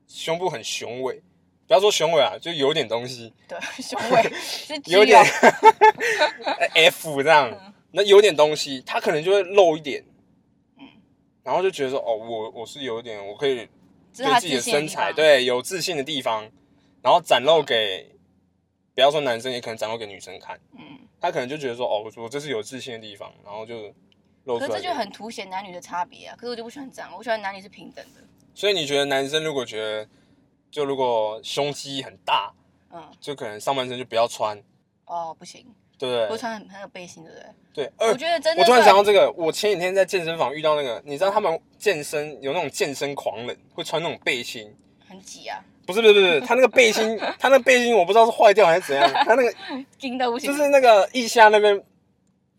Speaker 2: 胸部很雄伟，不要说雄伟啊，就有点东西，
Speaker 1: 对， 胸围是
Speaker 2: 有点
Speaker 1: G 哦
Speaker 2: F 这样
Speaker 1: 嗯，
Speaker 2: 那有点东西，他可能就会露一点，
Speaker 1: 嗯
Speaker 2: 然后就觉得说，哦，我我是有一点，我可以
Speaker 1: 这
Speaker 2: 对
Speaker 1: 是他
Speaker 2: 自己的
Speaker 1: 信的
Speaker 2: 身
Speaker 1: 地
Speaker 2: 材
Speaker 1: 方，
Speaker 2: 对有自信的地方，然后展露给，不要说男生，也可能展露给女生看，
Speaker 1: 嗯，
Speaker 2: 他可能就觉得说，哦，我我这是有自信的地方，然后就露出
Speaker 1: 可
Speaker 2: 来
Speaker 1: 是
Speaker 2: 给
Speaker 1: 这就
Speaker 2: 人。
Speaker 1: 很凸显男女的差别啊。可是我就不喜欢这样，我喜欢男女是平等的。
Speaker 2: 所以你觉得男生如果觉得，就如果胸肌很大，
Speaker 1: 嗯，
Speaker 2: 就可能上半身就不要穿，
Speaker 1: 哦，不行，
Speaker 2: 对不
Speaker 1: 我
Speaker 2: 对？
Speaker 1: 穿很很有背心，对不对？
Speaker 2: 对，呃
Speaker 1: 我，觉得真的，
Speaker 2: 我突然想到这个，我前几天在健身房遇到那个，你知道他们健身有那种健身狂人会穿那种背心，
Speaker 1: 很挤啊，
Speaker 2: 不是不是不是，他那个 背心，他那个背心我不知道是坏掉还是怎样，他那个
Speaker 1: 紧到不行。
Speaker 2: 就是那个腋下那边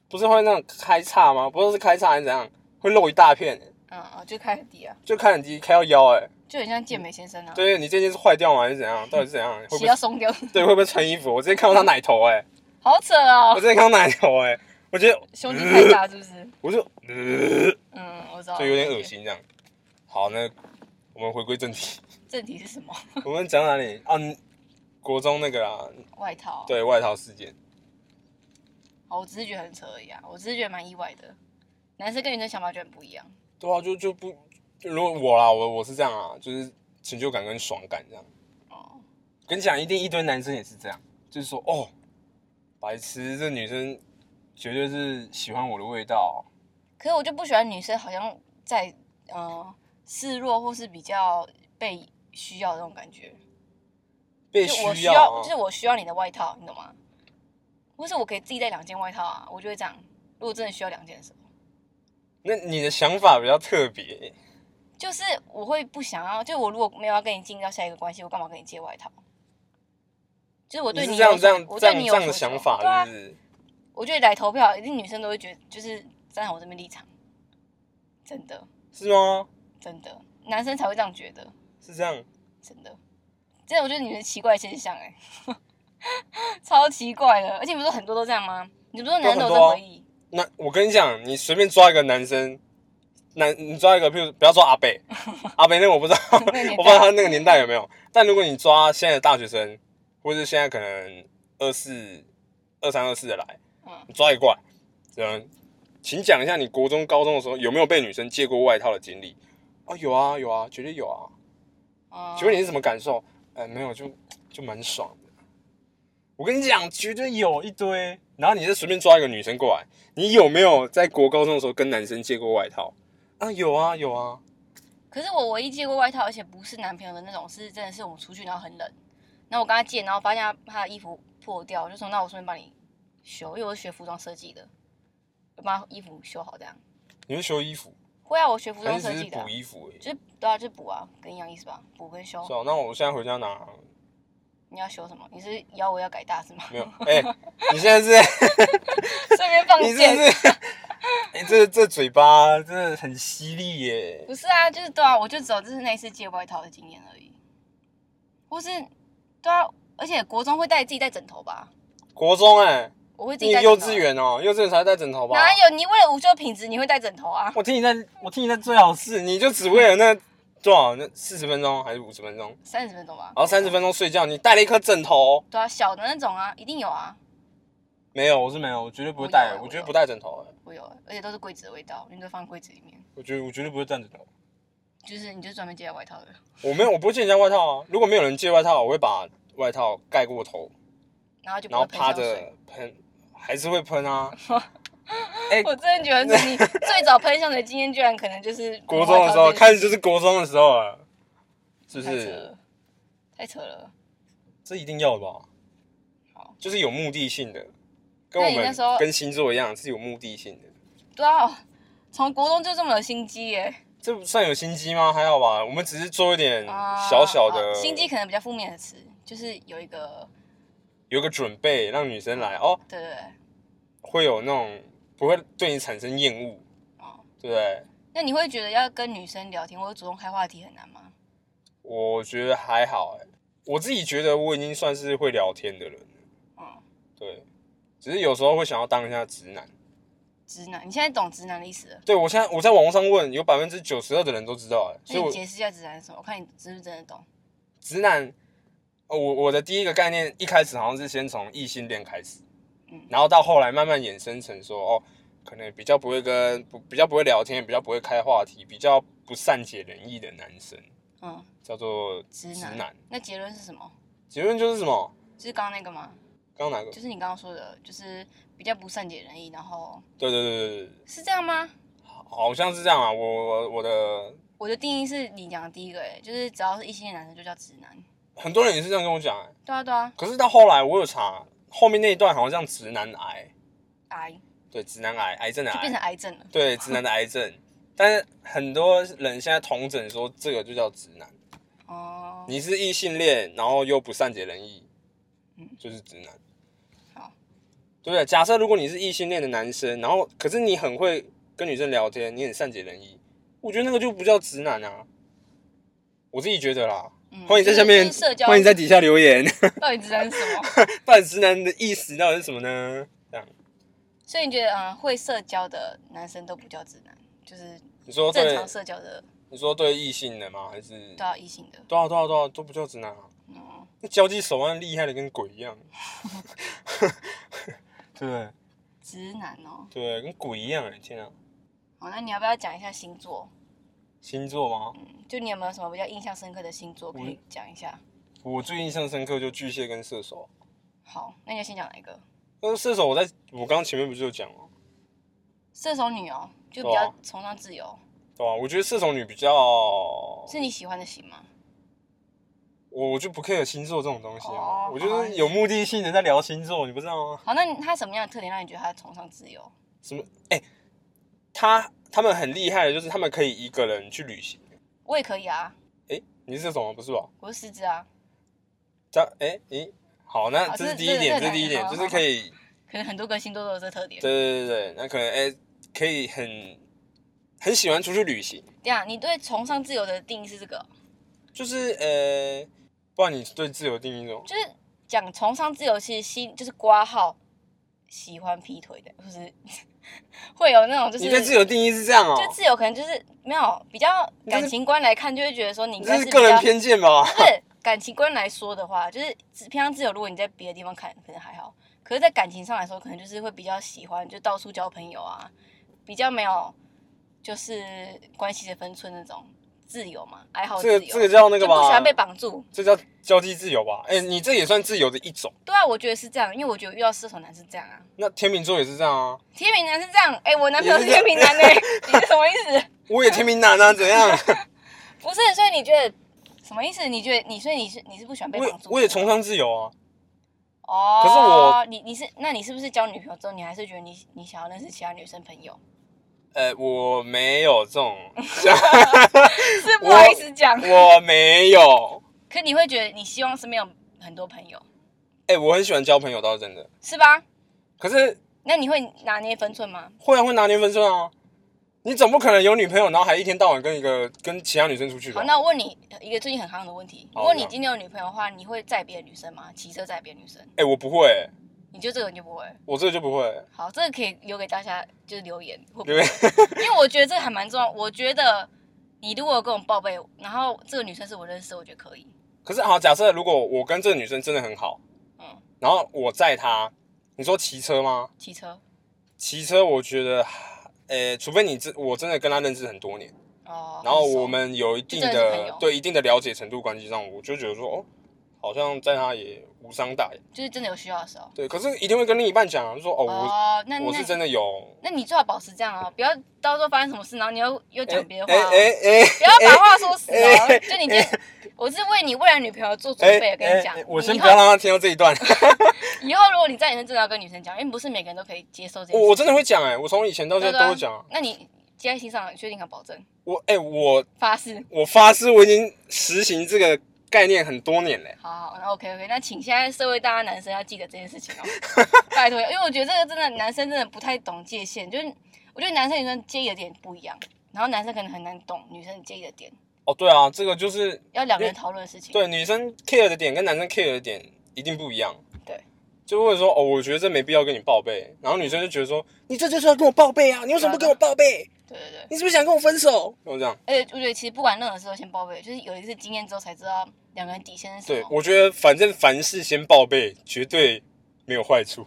Speaker 2: 不是会那种开叉吗？不知道是开叉还是怎样，会露一大片、
Speaker 1: 嗯嗯，就开很低啊，
Speaker 2: 就开很低，开到腰哎、
Speaker 1: 就很像健美先生啊，
Speaker 2: 对你这件是坏掉吗？还是怎样？到底是怎样？会不
Speaker 1: 洗
Speaker 2: 会
Speaker 1: 要松掉，
Speaker 2: 对，会不会穿衣服？我直接看到他奶头、哎，
Speaker 1: 好扯
Speaker 2: 我
Speaker 1: 哦，
Speaker 2: 直接看到奶头、哎，我觉得，
Speaker 1: 胸肌太大是不是？
Speaker 2: 我就，呃
Speaker 1: 嗯，我知道，
Speaker 2: 就有点恶。心这样。好，那我们回归正题，
Speaker 1: 正题是什么？
Speaker 2: 我们讲哪里？啊，嗯国中那个啊，
Speaker 1: 外套。，哦
Speaker 2: 对外套事件，
Speaker 1: 好，我只是觉得很扯而已啊，我只是觉得蛮意外的。男生跟女生想法就很不一样。
Speaker 2: 对啊，就就不，就如果我啦，我我是这样啊，就是成就感跟爽感这样。
Speaker 1: 哦，
Speaker 2: 跟你讲，一定一堆男生也是这样，就是说哦，白痴，这女生绝对是喜欢我的味道，
Speaker 1: 可是我就不喜欢女生好像在呃示弱或是比较被需要的那种感觉。
Speaker 2: 被
Speaker 1: 就我
Speaker 2: 需
Speaker 1: 需
Speaker 2: 要
Speaker 1: 要，
Speaker 2: 啊
Speaker 1: 就是我需要你的外套，你懂吗？或是我可以自己带两件外套啊，我就会这样。如果真的需要两件的时候，
Speaker 2: 那你的想法比较特别，
Speaker 1: 就是我会不想要，就我如果没有要跟你进到下一个关系，我干嘛跟你借外套？就是我
Speaker 2: 你
Speaker 1: 对
Speaker 2: 是
Speaker 1: 你
Speaker 2: 这样
Speaker 1: 有
Speaker 2: 这
Speaker 1: 所
Speaker 2: 样
Speaker 1: 我
Speaker 2: 这
Speaker 1: 对
Speaker 2: 样
Speaker 1: 你
Speaker 2: 这
Speaker 1: 有
Speaker 2: 样
Speaker 1: 所
Speaker 2: 的
Speaker 1: 求
Speaker 2: 想
Speaker 1: 对
Speaker 2: 法，
Speaker 1: 啊
Speaker 2: 是，不是？
Speaker 1: 我觉得来投票，一定女生都会觉得就是站在我这边立场，真的
Speaker 2: 是吗？
Speaker 1: 真的，男生才会这样觉得，
Speaker 2: 是这样，
Speaker 1: 真的。这我觉得女生奇怪现象哎、 超奇怪的。而且你不是说很多都这样吗？你不是说男生都有
Speaker 2: 都很多
Speaker 1: 这
Speaker 2: 啊
Speaker 1: 回忆？
Speaker 2: 那我跟你讲，你随便抓一个男生，男你抓一个，譬如不要抓阿 北，阿北那个我不知道，
Speaker 1: 那个年代
Speaker 2: 我不知道他那个年代有没有。但如果你抓现在的大学生，或是现在可能二四、二三、二四的来，
Speaker 1: 嗯，
Speaker 2: 你抓一怪，嗯，请讲一下你国中、高中的时候有没有被女生借过外套的经历？哦，有啊，有啊，绝对有啊。
Speaker 1: 哦
Speaker 2: 请问你是什么感受？哎、没有，就就蛮爽的。我跟你讲，绝对有一堆。然后你再随便抓一个女生过来，你有没有在国高中的时候跟男生借过外套？啊，有啊，有啊。
Speaker 1: 可是我唯一借过外套，而且不是男朋友的那种，是真的是我们出去然后很冷，然后我跟他借，然后发现他他的衣服破掉，我就说那我顺便帮你修，因为我是学服装设计的，我帮他衣服修好这样。
Speaker 2: 你是修衣服，
Speaker 1: 会啊，我学服
Speaker 2: 还
Speaker 1: 装
Speaker 2: 是
Speaker 1: 设
Speaker 2: 只是
Speaker 1: 计的啊
Speaker 2: 补，衣服而已？
Speaker 1: 就是对啊，就是补啊，跟一样意思吧，补跟修
Speaker 2: 是。啊，那我现在回家拿
Speaker 1: 你要修什么？你是要我要改大是吗？
Speaker 2: 没有？哎、你现在是，
Speaker 1: 顺便放
Speaker 2: 你是
Speaker 1: 箭
Speaker 2: 不。是？ 哎、这这嘴巴真的很犀利耶！
Speaker 1: 不是啊，就是对啊，我就只有就是那一次借外套的经验而已，或是对啊，而且国中会带自己带枕头吧，
Speaker 2: 国中哎、
Speaker 1: 我会自
Speaker 2: 你
Speaker 1: 己带
Speaker 2: 幼
Speaker 1: 枕头啊
Speaker 2: 稚园哦、幼稚园才带枕头吧？
Speaker 1: 哪有？你为了午休品质，你会带枕头啊？
Speaker 2: 我听你在，我听你在最好是，你就只为了那多少那四十分钟还是五十分钟，
Speaker 1: 三十分钟吧
Speaker 2: 然。后三十分钟睡觉，你带了一颗枕头？
Speaker 1: 对啊，小的那种啊，一定有啊，
Speaker 2: 没有，我是没有，我绝对不会
Speaker 1: 我
Speaker 2: 带
Speaker 1: 有，
Speaker 2: 我绝对不带枕头的，
Speaker 1: 我有，而且都是柜子的味道，你都放柜子里面，
Speaker 2: 我绝我绝对不会带枕头。
Speaker 1: 就是你就专门借来外套的。
Speaker 2: 我没有，我不会借人家外套啊。如果没有人借外套，我会把外套盖过头，
Speaker 1: 然后就不
Speaker 2: 然
Speaker 1: 会喷
Speaker 2: 后趴
Speaker 1: 香水
Speaker 2: 着喷，还是会喷啊。
Speaker 1: 我真的觉得 你最早喷香水的经验，居然可能就是
Speaker 2: 国中的时候，
Speaker 1: 外套这件
Speaker 2: 开始就是国中的时候了，是
Speaker 1: 事
Speaker 2: 不
Speaker 1: 太扯
Speaker 2: 是？
Speaker 1: 了，太扯了。
Speaker 2: 这一定要的吧？
Speaker 1: 好，
Speaker 2: 就是有目的性的，
Speaker 1: 那
Speaker 2: 跟我
Speaker 1: 你那
Speaker 2: 们
Speaker 1: 时候
Speaker 2: 跟星座一样是有目的性的。
Speaker 1: 对啊，从国中就这么有心机耶、
Speaker 2: 这不算有心机吗？还好吧，我们只是做一点
Speaker 1: 啊，
Speaker 2: 嗯小小的、
Speaker 1: 啊心机，可能比较负面的词，就是有一个
Speaker 2: 有个准备，让女生来哦，
Speaker 1: 对对对，
Speaker 2: 会有那种不会对你产生厌恶，
Speaker 1: 哦，
Speaker 2: 对不对？
Speaker 1: 那你会觉得要跟女生聊天或者主动开话题很难吗？
Speaker 2: 我觉得还好哎、我自己觉得我已经算是会聊天的人了，
Speaker 1: 嗯，
Speaker 2: 对，只是有时候会想要当一下直男。
Speaker 1: 直男，你现在懂直男的意思了？
Speaker 2: 对我现在我在网络上问，有百分之九十二的人都知道哎、
Speaker 1: 那
Speaker 2: 所以
Speaker 1: 你
Speaker 2: 我
Speaker 1: 解释一下直男是什么？我看你是不是真的懂。
Speaker 2: 直男，呃我我的第一个概念一开始好像是先从异性恋开始，
Speaker 1: 嗯
Speaker 2: 然后到后来慢慢衍生成说，哦，可能比较不会跟不比较不会聊天，比较不会开话题，比较不善解人意的男生
Speaker 1: 嗯，
Speaker 2: 叫做
Speaker 1: 直
Speaker 2: 直
Speaker 1: 男。
Speaker 2: 男。
Speaker 1: 那结论是什么？
Speaker 2: 结论就是什么？
Speaker 1: 就是刚刚那个吗？
Speaker 2: 刚刚哪个？
Speaker 1: 就是你刚刚说的，就是比较不善解人意，然后
Speaker 2: 对对对对对，
Speaker 1: 是这样吗？
Speaker 2: 好像是这样啊。我我我的
Speaker 1: 我的定义是你讲的第一个、欸，哎，就是只要是异性恋男生就叫直男。
Speaker 2: 很多人也是这样跟我讲、欸，
Speaker 1: 对啊，对啊，
Speaker 2: 可是到后来我有查，后面那一段好像直男癌，
Speaker 1: 癌
Speaker 2: 对，直男癌，癌症的
Speaker 1: 就
Speaker 2: 癌
Speaker 1: 变，成癌症了。
Speaker 2: 对直男的癌症，但是很多人现在同诊说这个就叫直男，
Speaker 1: 哦，
Speaker 2: 你是异性恋，然后又不善解人意
Speaker 1: 嗯，
Speaker 2: 就是直男，
Speaker 1: 好，
Speaker 2: 对不对？假设如果你是异性恋的男生，然后可是你很会跟女生聊天，你很善解人意，我觉得那个就不叫直男啊，我自己觉得啦。
Speaker 1: 嗯
Speaker 2: 欢迎在下面
Speaker 1: 就是社，交，
Speaker 2: 欢迎在底下留言，
Speaker 1: 到底直男是什么？
Speaker 2: 到底直男的意思到底是什么呢？这样，
Speaker 1: 所以你觉得，嗯，会社交的男生都不叫直男，就是
Speaker 2: 你说
Speaker 1: 正
Speaker 2: 对
Speaker 1: 常，社交的
Speaker 2: 你说对异性的吗？还是
Speaker 1: 都要异性的。
Speaker 2: 对啊对啊对啊，都不叫直男啊。
Speaker 1: 嗯，
Speaker 2: 那交际手腕厉害的跟鬼一样， 对不对
Speaker 1: 直男哦。
Speaker 2: 对，跟鬼一样哎、天啊！
Speaker 1: 好，那你要不要讲一下星座？
Speaker 2: 星座吗？
Speaker 1: 就你有没有什么比较印象深刻的星座可以
Speaker 2: 嗯
Speaker 1: 讲一下？
Speaker 2: 我最印象深刻就巨蟹跟射手。
Speaker 1: 好，那你就先讲哪一个？
Speaker 2: 但是射手，我在我刚刚前面不是有讲吗？
Speaker 1: 射手女哦，就比
Speaker 2: 对啊
Speaker 1: 较崇尚自由，
Speaker 2: 对吧、我觉得射手女比较，
Speaker 1: 是你喜欢的型吗？
Speaker 2: 我我就不 care 星座这种东西啊。
Speaker 1: 哦
Speaker 2: 我就是有目的性的在聊星座，你不知道吗？
Speaker 1: 好，那你她什么样的特点让你觉得她崇尚自由？
Speaker 2: 什么？哎、他他们很厉害的，就是他们可以一个人去旅行。
Speaker 1: 我也可以啊，
Speaker 2: 哎、你是射手吗？不是吧？
Speaker 1: 我是狮子啊，
Speaker 2: 这样哎诶、好，那
Speaker 1: 好
Speaker 2: 这是
Speaker 1: 这
Speaker 2: 第一点，
Speaker 1: 这
Speaker 2: 这是第一点，
Speaker 1: 好
Speaker 2: 就是可以，
Speaker 1: 可能很多个星座都有这特点。
Speaker 2: 对对对对，那可能哎、可以很很喜欢出去旅行，
Speaker 1: 这样，你对崇尚自由的定义是这个哦，
Speaker 2: 就是呃，不然你对自由定义是什么？
Speaker 1: 就是讲崇尚自由，其实心就是挂号喜欢劈腿的，就是 会有那种就是
Speaker 2: 你对自由定义是这样哦、
Speaker 1: 就自由可能就是没有比较
Speaker 2: 你这是
Speaker 1: 感情观来看，就会觉得说你应
Speaker 2: 你
Speaker 1: 该
Speaker 2: 这
Speaker 1: 是
Speaker 2: 是
Speaker 1: 比
Speaker 2: 个人
Speaker 1: 较
Speaker 2: 偏见吧？
Speaker 1: 不是感情观来说的话，就是只偏向自由。如果你在别的地方看，可能还好，可是，在感情上来说，可能就是会比较喜欢就到处交朋友啊，比较没有就是关系的分寸那种自由嘛，爱好自
Speaker 2: 这
Speaker 1: 由，
Speaker 2: 个这个叫那个
Speaker 1: 就不喜
Speaker 2: 吧
Speaker 1: 欢，被绑住。
Speaker 2: 这叫交际自由吧？哎、你这也算自由的一种。
Speaker 1: 对啊，我觉得是这样，因为我觉得遇到射手男是这样啊。
Speaker 2: 那天秤座也是这样啊，
Speaker 1: 天秤男是这样，哎、我男朋友是
Speaker 2: 也是
Speaker 1: 天
Speaker 2: 这
Speaker 1: 秤
Speaker 2: 样
Speaker 1: 男呢、你是什么意思？
Speaker 2: 我也天秤男啊，怎样？
Speaker 1: 哎不是，所以你觉得什么意思？你觉得你所以你是你是不喜欢被
Speaker 2: 我也
Speaker 1: 绑住的？
Speaker 2: 我也崇尚自由啊，
Speaker 1: 哦，
Speaker 2: 可是我
Speaker 1: 你你是那你是不是交女朋友之后，你还是觉得你你想要认识其他女生朋友？
Speaker 2: 呃，我没有这种，
Speaker 1: 是不好意思讲，
Speaker 2: 我没有。
Speaker 1: 可你会觉得你希望身边有很多朋友，
Speaker 2: 哎、我很喜欢交朋友，倒是真的。
Speaker 1: 是吧？
Speaker 2: 可是
Speaker 1: 那你会拿捏分寸吗？
Speaker 2: 会啊，会拿捏分寸啊。你总不可能有女朋友，然后还一天到晚跟一个跟其他女生出去吧
Speaker 1: 好，？那我问你一个最近很夯的问题：如
Speaker 2: 好
Speaker 1: 果你
Speaker 2: 那
Speaker 1: 今天有女朋友的话，你会载别的女生吗？骑车载别的女生？
Speaker 2: 哎、我不会、
Speaker 1: 你就这个你就不会。
Speaker 2: 我这个就不会、
Speaker 1: 好，这个可以留给大家，就是留 言，会不
Speaker 2: 因
Speaker 1: 会
Speaker 2: 为？
Speaker 1: 因为我觉得这个还蛮重要。我觉得你如果有跟我报备，然后这个女生是我认识的，我觉得可以。
Speaker 2: 可是好，假设如果我跟这个女生真的很好，
Speaker 1: 嗯，
Speaker 2: 然后我载她，你说骑车吗？
Speaker 1: 骑车
Speaker 2: 骑车我觉得，呃、除非你真我真的跟她认识很多年，
Speaker 1: 哦。
Speaker 2: 然后
Speaker 1: 很熟
Speaker 2: 我们有一定
Speaker 1: 就真的是朋友
Speaker 2: 的对一定的了解程度关系上，我就觉得说，哦，好像载她也无伤大雅。
Speaker 1: 就是真的有需要的时候。
Speaker 2: 对，可是一定会跟另一半讲啊，就说哦，我、
Speaker 1: 哦，那
Speaker 2: 我是
Speaker 1: 那
Speaker 2: 真的有。
Speaker 1: 那你最好保持这样哦，不要到时候发生什么事，然后你又又讲别的话
Speaker 2: 哎
Speaker 1: 哦，
Speaker 2: 哎哎，
Speaker 1: 不要把话说死
Speaker 2: 哎
Speaker 1: 哦。
Speaker 2: 哎
Speaker 1: 就你今天，我是为你未来女朋友做准备的，跟你讲
Speaker 2: 哎哎。我
Speaker 1: 你
Speaker 2: 先
Speaker 1: 以
Speaker 2: 不要
Speaker 1: 后
Speaker 2: 让他听到这一段。
Speaker 1: 以后如果你在女生真的要跟女生讲，因为不是每个人都可以接受这件
Speaker 2: 我
Speaker 1: 事
Speaker 2: 我真的会讲哎、我从以前到
Speaker 1: 对
Speaker 2: 现
Speaker 1: 不
Speaker 2: 在
Speaker 1: 对
Speaker 2: 都会讲啊。
Speaker 1: 那你记在心上，确定敢保证？
Speaker 2: 我哎、我
Speaker 1: 发誓。
Speaker 2: 我发誓，我已经实行这个概念很多年嘞、
Speaker 1: 好好，那 OK OK，那请现在社会大家男生要记得这件事 情哦，拜托，因为我觉得这个真的男生真的不太懂界限，就是我觉得男生女生介意的点不一样，然后男生可能很难懂女生介意的点，
Speaker 2: 哦，对啊，这个就是
Speaker 1: 要两个人讨论的事情。
Speaker 2: 对女生 care 的点跟男生 care 的点一定不一样。
Speaker 1: 对，
Speaker 2: 就会说哦，我觉得这没必要跟你报备，然后女生就觉得说，你这就是要跟我报备啊，你为什么不跟我报备？
Speaker 1: 对对对，
Speaker 2: 你是不是想跟我分手？哦就这样。
Speaker 1: 而且我觉得其实不管任何事都先报备，就是有一次经验之后才知道两个人底线是什
Speaker 2: 对，
Speaker 1: 么。
Speaker 2: 我觉得反正凡事先报备，绝对没有坏处。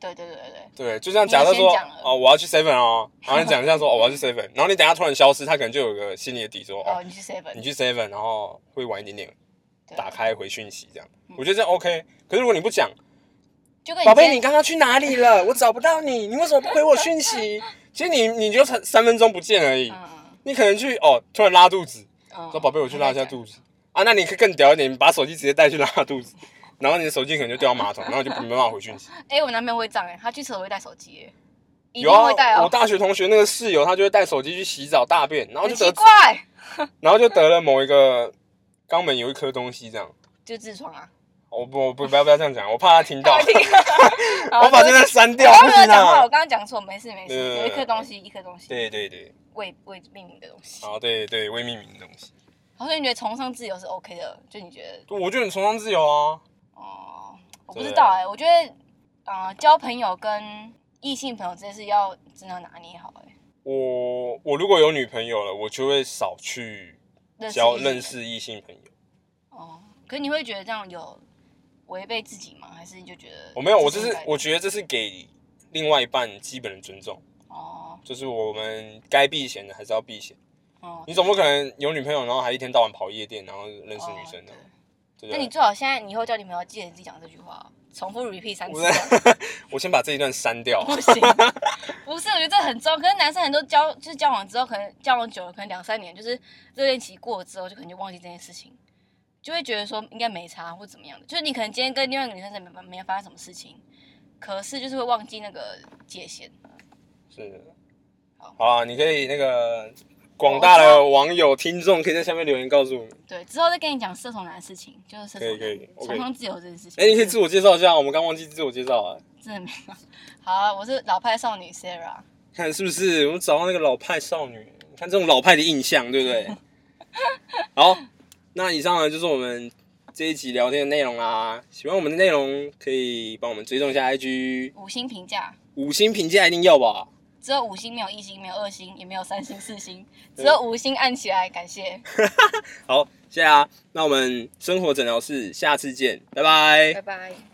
Speaker 1: 对对对对对，
Speaker 2: 对，就像假设
Speaker 1: 你也
Speaker 2: 说
Speaker 1: 先讲了
Speaker 2: 哦，我要去 seven 哦，然后你讲一下说哦， 我要去 seven，然后你等一下突然消失，他可能就有个心理的底说
Speaker 1: 哦，
Speaker 2: 哦，
Speaker 1: 你去 seven，
Speaker 2: 你去 seven，然后会晚一点点
Speaker 1: 对
Speaker 2: 打开回讯息这样
Speaker 1: 嗯，
Speaker 2: 我觉得这样 OK。可是如果你不讲，
Speaker 1: 就跟你
Speaker 2: 宝贝，
Speaker 1: 今
Speaker 2: 你
Speaker 1: 天
Speaker 2: 刚刚去哪 里了？我找不到你，你为什么不回我讯息？其实你你就三三分钟不见而已，
Speaker 1: 嗯
Speaker 2: 你可能去哦，突然拉肚子，
Speaker 1: 嗯，
Speaker 2: 说宝贝，我去拉一下
Speaker 1: 度。
Speaker 2: 肚子啊，那你可以更屌一点，你把手机直接带去拉肚子，然后你的手机可能就掉到马桶，然后就没办法回讯息。
Speaker 1: 哎、我男朋友会这样哎、他去厕所会带手机、欸， 一定
Speaker 2: 有啊
Speaker 1: 会带，哦、
Speaker 2: 我大学同学那个室友，他就会带手机去洗澡大便，然后
Speaker 1: 很
Speaker 2: 就
Speaker 1: 奇
Speaker 2: 得，
Speaker 1: 怪，
Speaker 2: 然后就得了某一个肛门有一颗东西这样。
Speaker 1: 就痔疮啊。
Speaker 2: 我不我不不要不要这样讲，我怕他 听到，
Speaker 1: 好
Speaker 2: 我把这段删掉，
Speaker 1: 我刚刚没
Speaker 2: 不
Speaker 1: 有
Speaker 2: 行
Speaker 1: 讲话，
Speaker 2: 啊
Speaker 1: 我。刚刚讲错，没事没事，
Speaker 2: 对对
Speaker 1: 有
Speaker 2: 对
Speaker 1: 一颗东西，一颗东西，
Speaker 2: 对对对，
Speaker 1: 未未命名的东西。
Speaker 2: 然后对对未命名的东西，
Speaker 1: 好，所以你觉得崇尚自由是 OK 的，就你觉得
Speaker 2: 我觉得你崇尚自由啊。
Speaker 1: 哦、我不
Speaker 2: 对
Speaker 1: 知道哎、我觉得啊、呃交朋友跟异性朋友这件事要真的拿捏好哎、
Speaker 2: 我我如果有女朋友了，我就会少去
Speaker 1: 认识
Speaker 2: 交
Speaker 1: 异性
Speaker 2: 认识异性朋友。
Speaker 1: 哦。可你会觉得这样有违背自己吗？还是你就觉得
Speaker 2: 我哦没有，我这
Speaker 1: 应
Speaker 2: 是
Speaker 1: 该的
Speaker 2: 我觉得这是给另外一半基本的尊重，
Speaker 1: 哦
Speaker 2: 就是我们该避嫌的还是要避嫌。
Speaker 1: 哦，
Speaker 2: 你总不可能有女朋友，然后还一天到晚跑夜店，然后认识女生
Speaker 1: 哦
Speaker 2: 的
Speaker 1: 对，
Speaker 2: 对不
Speaker 1: 那你
Speaker 2: 对？
Speaker 1: 最好现在以后叫你朋友记得你自己讲这句话哦，重复 repeat 三次
Speaker 2: 我。在，我先把这一段删 掉。
Speaker 1: 不 行，不是，我觉得这很重要。可是男生很多交就是交往之后，可能交往久了，可能两三年，就是热恋期过了之后，就可能就忘记这件事情，就会觉得说应该没差或怎么样的。就是你可能今天跟另外一个女生没没没发生什么事情，可是就是会忘记那个界限。
Speaker 2: 是的，
Speaker 1: 好
Speaker 2: 好啊，你可以那个广大的网友听众可以在下面留言告诉我们。
Speaker 1: 对，之后再跟你讲射手男的事情，就是射手
Speaker 2: 可以可以
Speaker 1: 男
Speaker 2: ，OK
Speaker 1: 崇尚自由这件事情。
Speaker 2: 哎、你可以自我介绍一下，我们刚忘记自我介绍啊。
Speaker 1: 真的没有。好啊，我是老派少女 Sarah。
Speaker 2: 看是不是我们找到那个老派少女？你看这种老派的印象，对不对？好，那以上呢就是我们这一集聊天的内容啦。喜欢我们的内容，可以帮我们追踪一下 IG，
Speaker 1: 五星评价，
Speaker 2: 五星评价一定要吧。
Speaker 1: 只有五星，没有一星，没有二星，也没有三星、四星，只有五星按起来，感谢，
Speaker 2: 哎好，谢谢啊。那我们生活诊疗室下次见，拜拜
Speaker 1: 拜拜。